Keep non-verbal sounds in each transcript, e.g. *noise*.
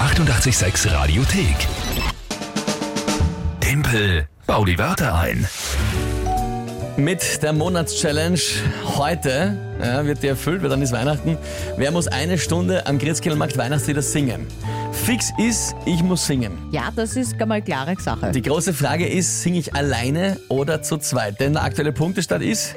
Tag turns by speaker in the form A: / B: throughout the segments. A: 886 Radiothek. Tempel, bau die Wörter ein.
B: Mit der Monatschallenge heute ja, wird die erfüllt, weil dann ist Weihnachten. Wer muss eine Stunde am Gritzkellmarkt Weihnachtslieder singen? Fix ist, ich muss singen.
C: Ja, das ist gar mal eine klare Sache.
B: Die große Frage ist, singe ich alleine oder zu zweit? Denn der aktuelle Punktestand ist,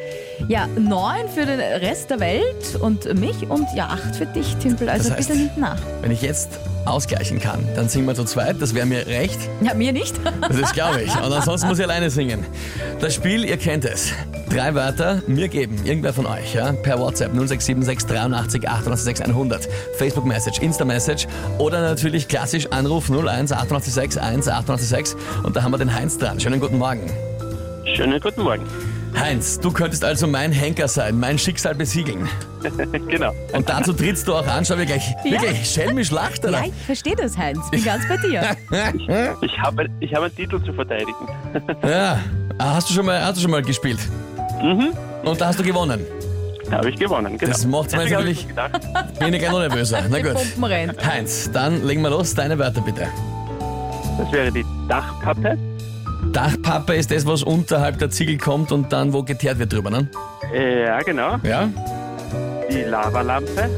C: Ja, neun für den Rest der Welt und mich und ja, acht für dich, Timpel. Also
B: Das heißt-
C: ein bisschen hinten nach.
B: wenn ich jetzt ausgleichen kann, dann singen wir zu zweit. Das wäre mir recht.
C: Ja,
B: *laughs*
C: mir nicht.
B: Das glaube ich. Und ansonsten muss ich alleine singen. Das Spiel, ihr kennt es. Drei Wörter mir geben, irgendwer von euch, ja? per WhatsApp 0676 83 886 100, Facebook-Message, Insta-Message oder natürlich klassisch Anruf 01 886 1 886 und da haben wir den Heinz dran. Schönen guten Morgen.
D: Schönen guten Morgen. *laughs*
B: Heinz, du könntest also mein Henker sein, mein Schicksal besiegeln.
D: Genau.
B: Und dazu trittst du auch an, schau wirklich,
C: Ja.
B: wirklich, schelmisch lacht, oder?
C: Ja, ich verstehe das, Heinz. Bin ganz bei dir.
D: Ich habe, ich habe einen Titel zu verteidigen.
B: Ja. Ah, Hast du schon mal, hast du schon mal gespielt? Mhm. Und da hast du gewonnen?
D: Da habe ich gewonnen. Genau.
B: Das macht's mir
D: Deswegen habe
B: natürlich-
D: ich mir gedacht.
B: Bin ich gleich noch nervöser. *laughs* Na gut.
C: Pumpen rennt.
B: Heinz, dann legen wir los. Deine Wörter bitte.
D: Das wäre die Dachpappe.
B: Dachpappe ist das, was unterhalb der Ziegel kommt und dann wo geteert wird drüber, ne?
D: Äh, Ja, genau.
B: Ja.
D: Die Lavalampe.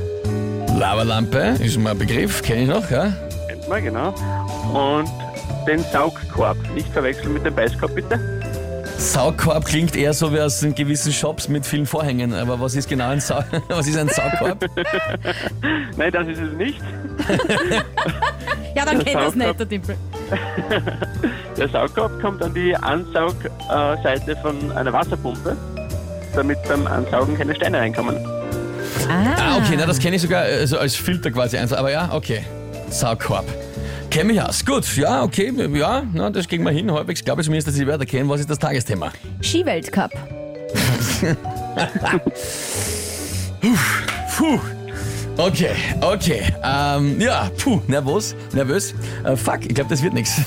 B: Lavalampe ist mal ein Begriff, kenne ich noch, ja?
D: Kennt man, genau. Und den Saugkorb. Nicht verwechseln mit dem Beißkorb, bitte.
B: Saugkorb klingt eher so wie aus gewissen Shops mit vielen Vorhängen, aber was ist genau ein, Sau *laughs* was ist ein Saugkorb?
D: Nein, das ist es nicht.
C: Ja, dann kennt das
D: Saugkorb.
C: nicht, der Timpel.
D: Der Saugkorb kommt an die Ansaugseite von einer Wasserpumpe, damit beim Ansaugen keine Steine reinkommen. *laughs*
B: Ah, okay, na, das kenne ich sogar äh, so als Filter quasi einfach, aber ja, okay. Saugkorb. Kenne mich aus. Gut, ja, okay, ja, na, das ging mal hin. Häufig glaube ich zumindest, dass ich die Wörter kenne. Was ist das Tagesthema?
C: Skiweltcup.
B: Puh. Okay, okay. Ähm, ja, puh, nervös, nervös. Äh, fuck, ich glaube, das wird *laughs* nichts.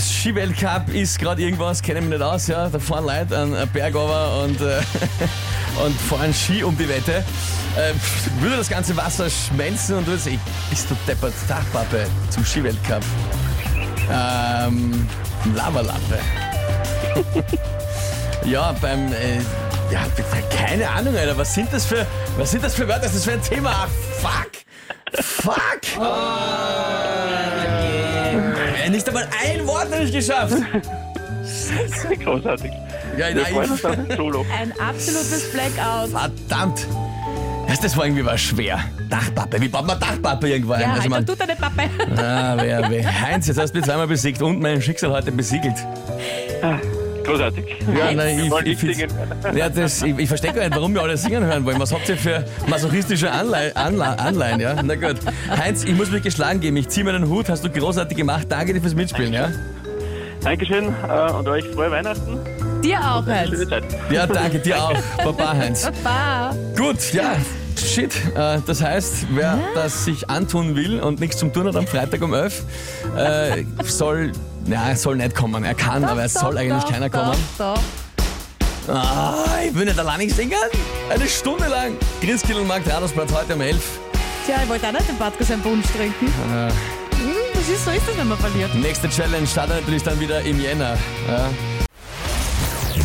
B: Skiweltcup ist gerade irgendwas, kenne mich nicht aus, ja. Da fahren Leute einen Berg runter und, äh, *laughs* und fahren Ski um die Wette. Äh, pff, würde das ganze Wasser schmelzen und würde sich, bist du deppert, Dachpappe zum Skiweltcup. Ähm, Lavalampe. Ja, beim. Äh, ja, keine Ahnung, Alter. Was sind das für. Was sind das für Wörter? Das ist für ein Thema. Ah, fuck! Fuck! Äh, Nicht einmal ein Wort habe ich geschafft!
D: Großartig.
B: Ja,
D: Wir
B: nein,
D: freuen uns auf ein Solo.
C: Ein absolutes Blackout.
B: verdammt! Das, das war irgendwie war schwer. Dachpappe, wie baut man Dachpappe irgendwann?
C: Ja, Alter,
B: man,
C: du deine Pappe.
B: ah, wer, wer. Heinz, jetzt hast du mich zweimal besiegt und mein Schicksal heute besiegelt. *laughs*
D: Großartig.
B: Ja,
C: Nein,
B: nein,
D: wir wollen
B: ich,
D: nicht
B: ich, ich, *laughs*
D: singen.
B: ja, das, ich, ich verstehe gar nicht, warum wir alle singen hören wollen. Was habt ihr für masochistische Anlei Anla Anleihen? Ja? Na gut. Heinz, ich muss mich geschlagen geben. Ich ziehe meinen Hut. Hast du großartig gemacht. Danke dir fürs Mitspielen. Ja,
D: Dankeschön äh, und euch frohe Weihnachten.
C: *laughs* Dir auch, Heinz.
D: Schöne Zeit.
B: ja danke dir *laughs* auch. Baba, Heinz.
C: Baba.
B: Gut, ja. Shit, äh, das heißt, wer das sich antun will und nichts zum Tun hat am Freitag um 11, äh, soll, na, soll nicht kommen. Er kann, aber es soll eigentlich
C: Doch,
B: keiner
C: doch,
B: kommen.
C: Doch,
B: Ah, ich will nicht allein singen. Eine Stunde lang. Christkindlmarkt, Radosplatz heute um 11.
C: Tja, ich wollte auch nicht den Badkus einen Punsch trinken. Hm, Das ist so ist das, wenn man verliert.
B: Nächste Challenge startet natürlich dann wieder im Jänner. Ja.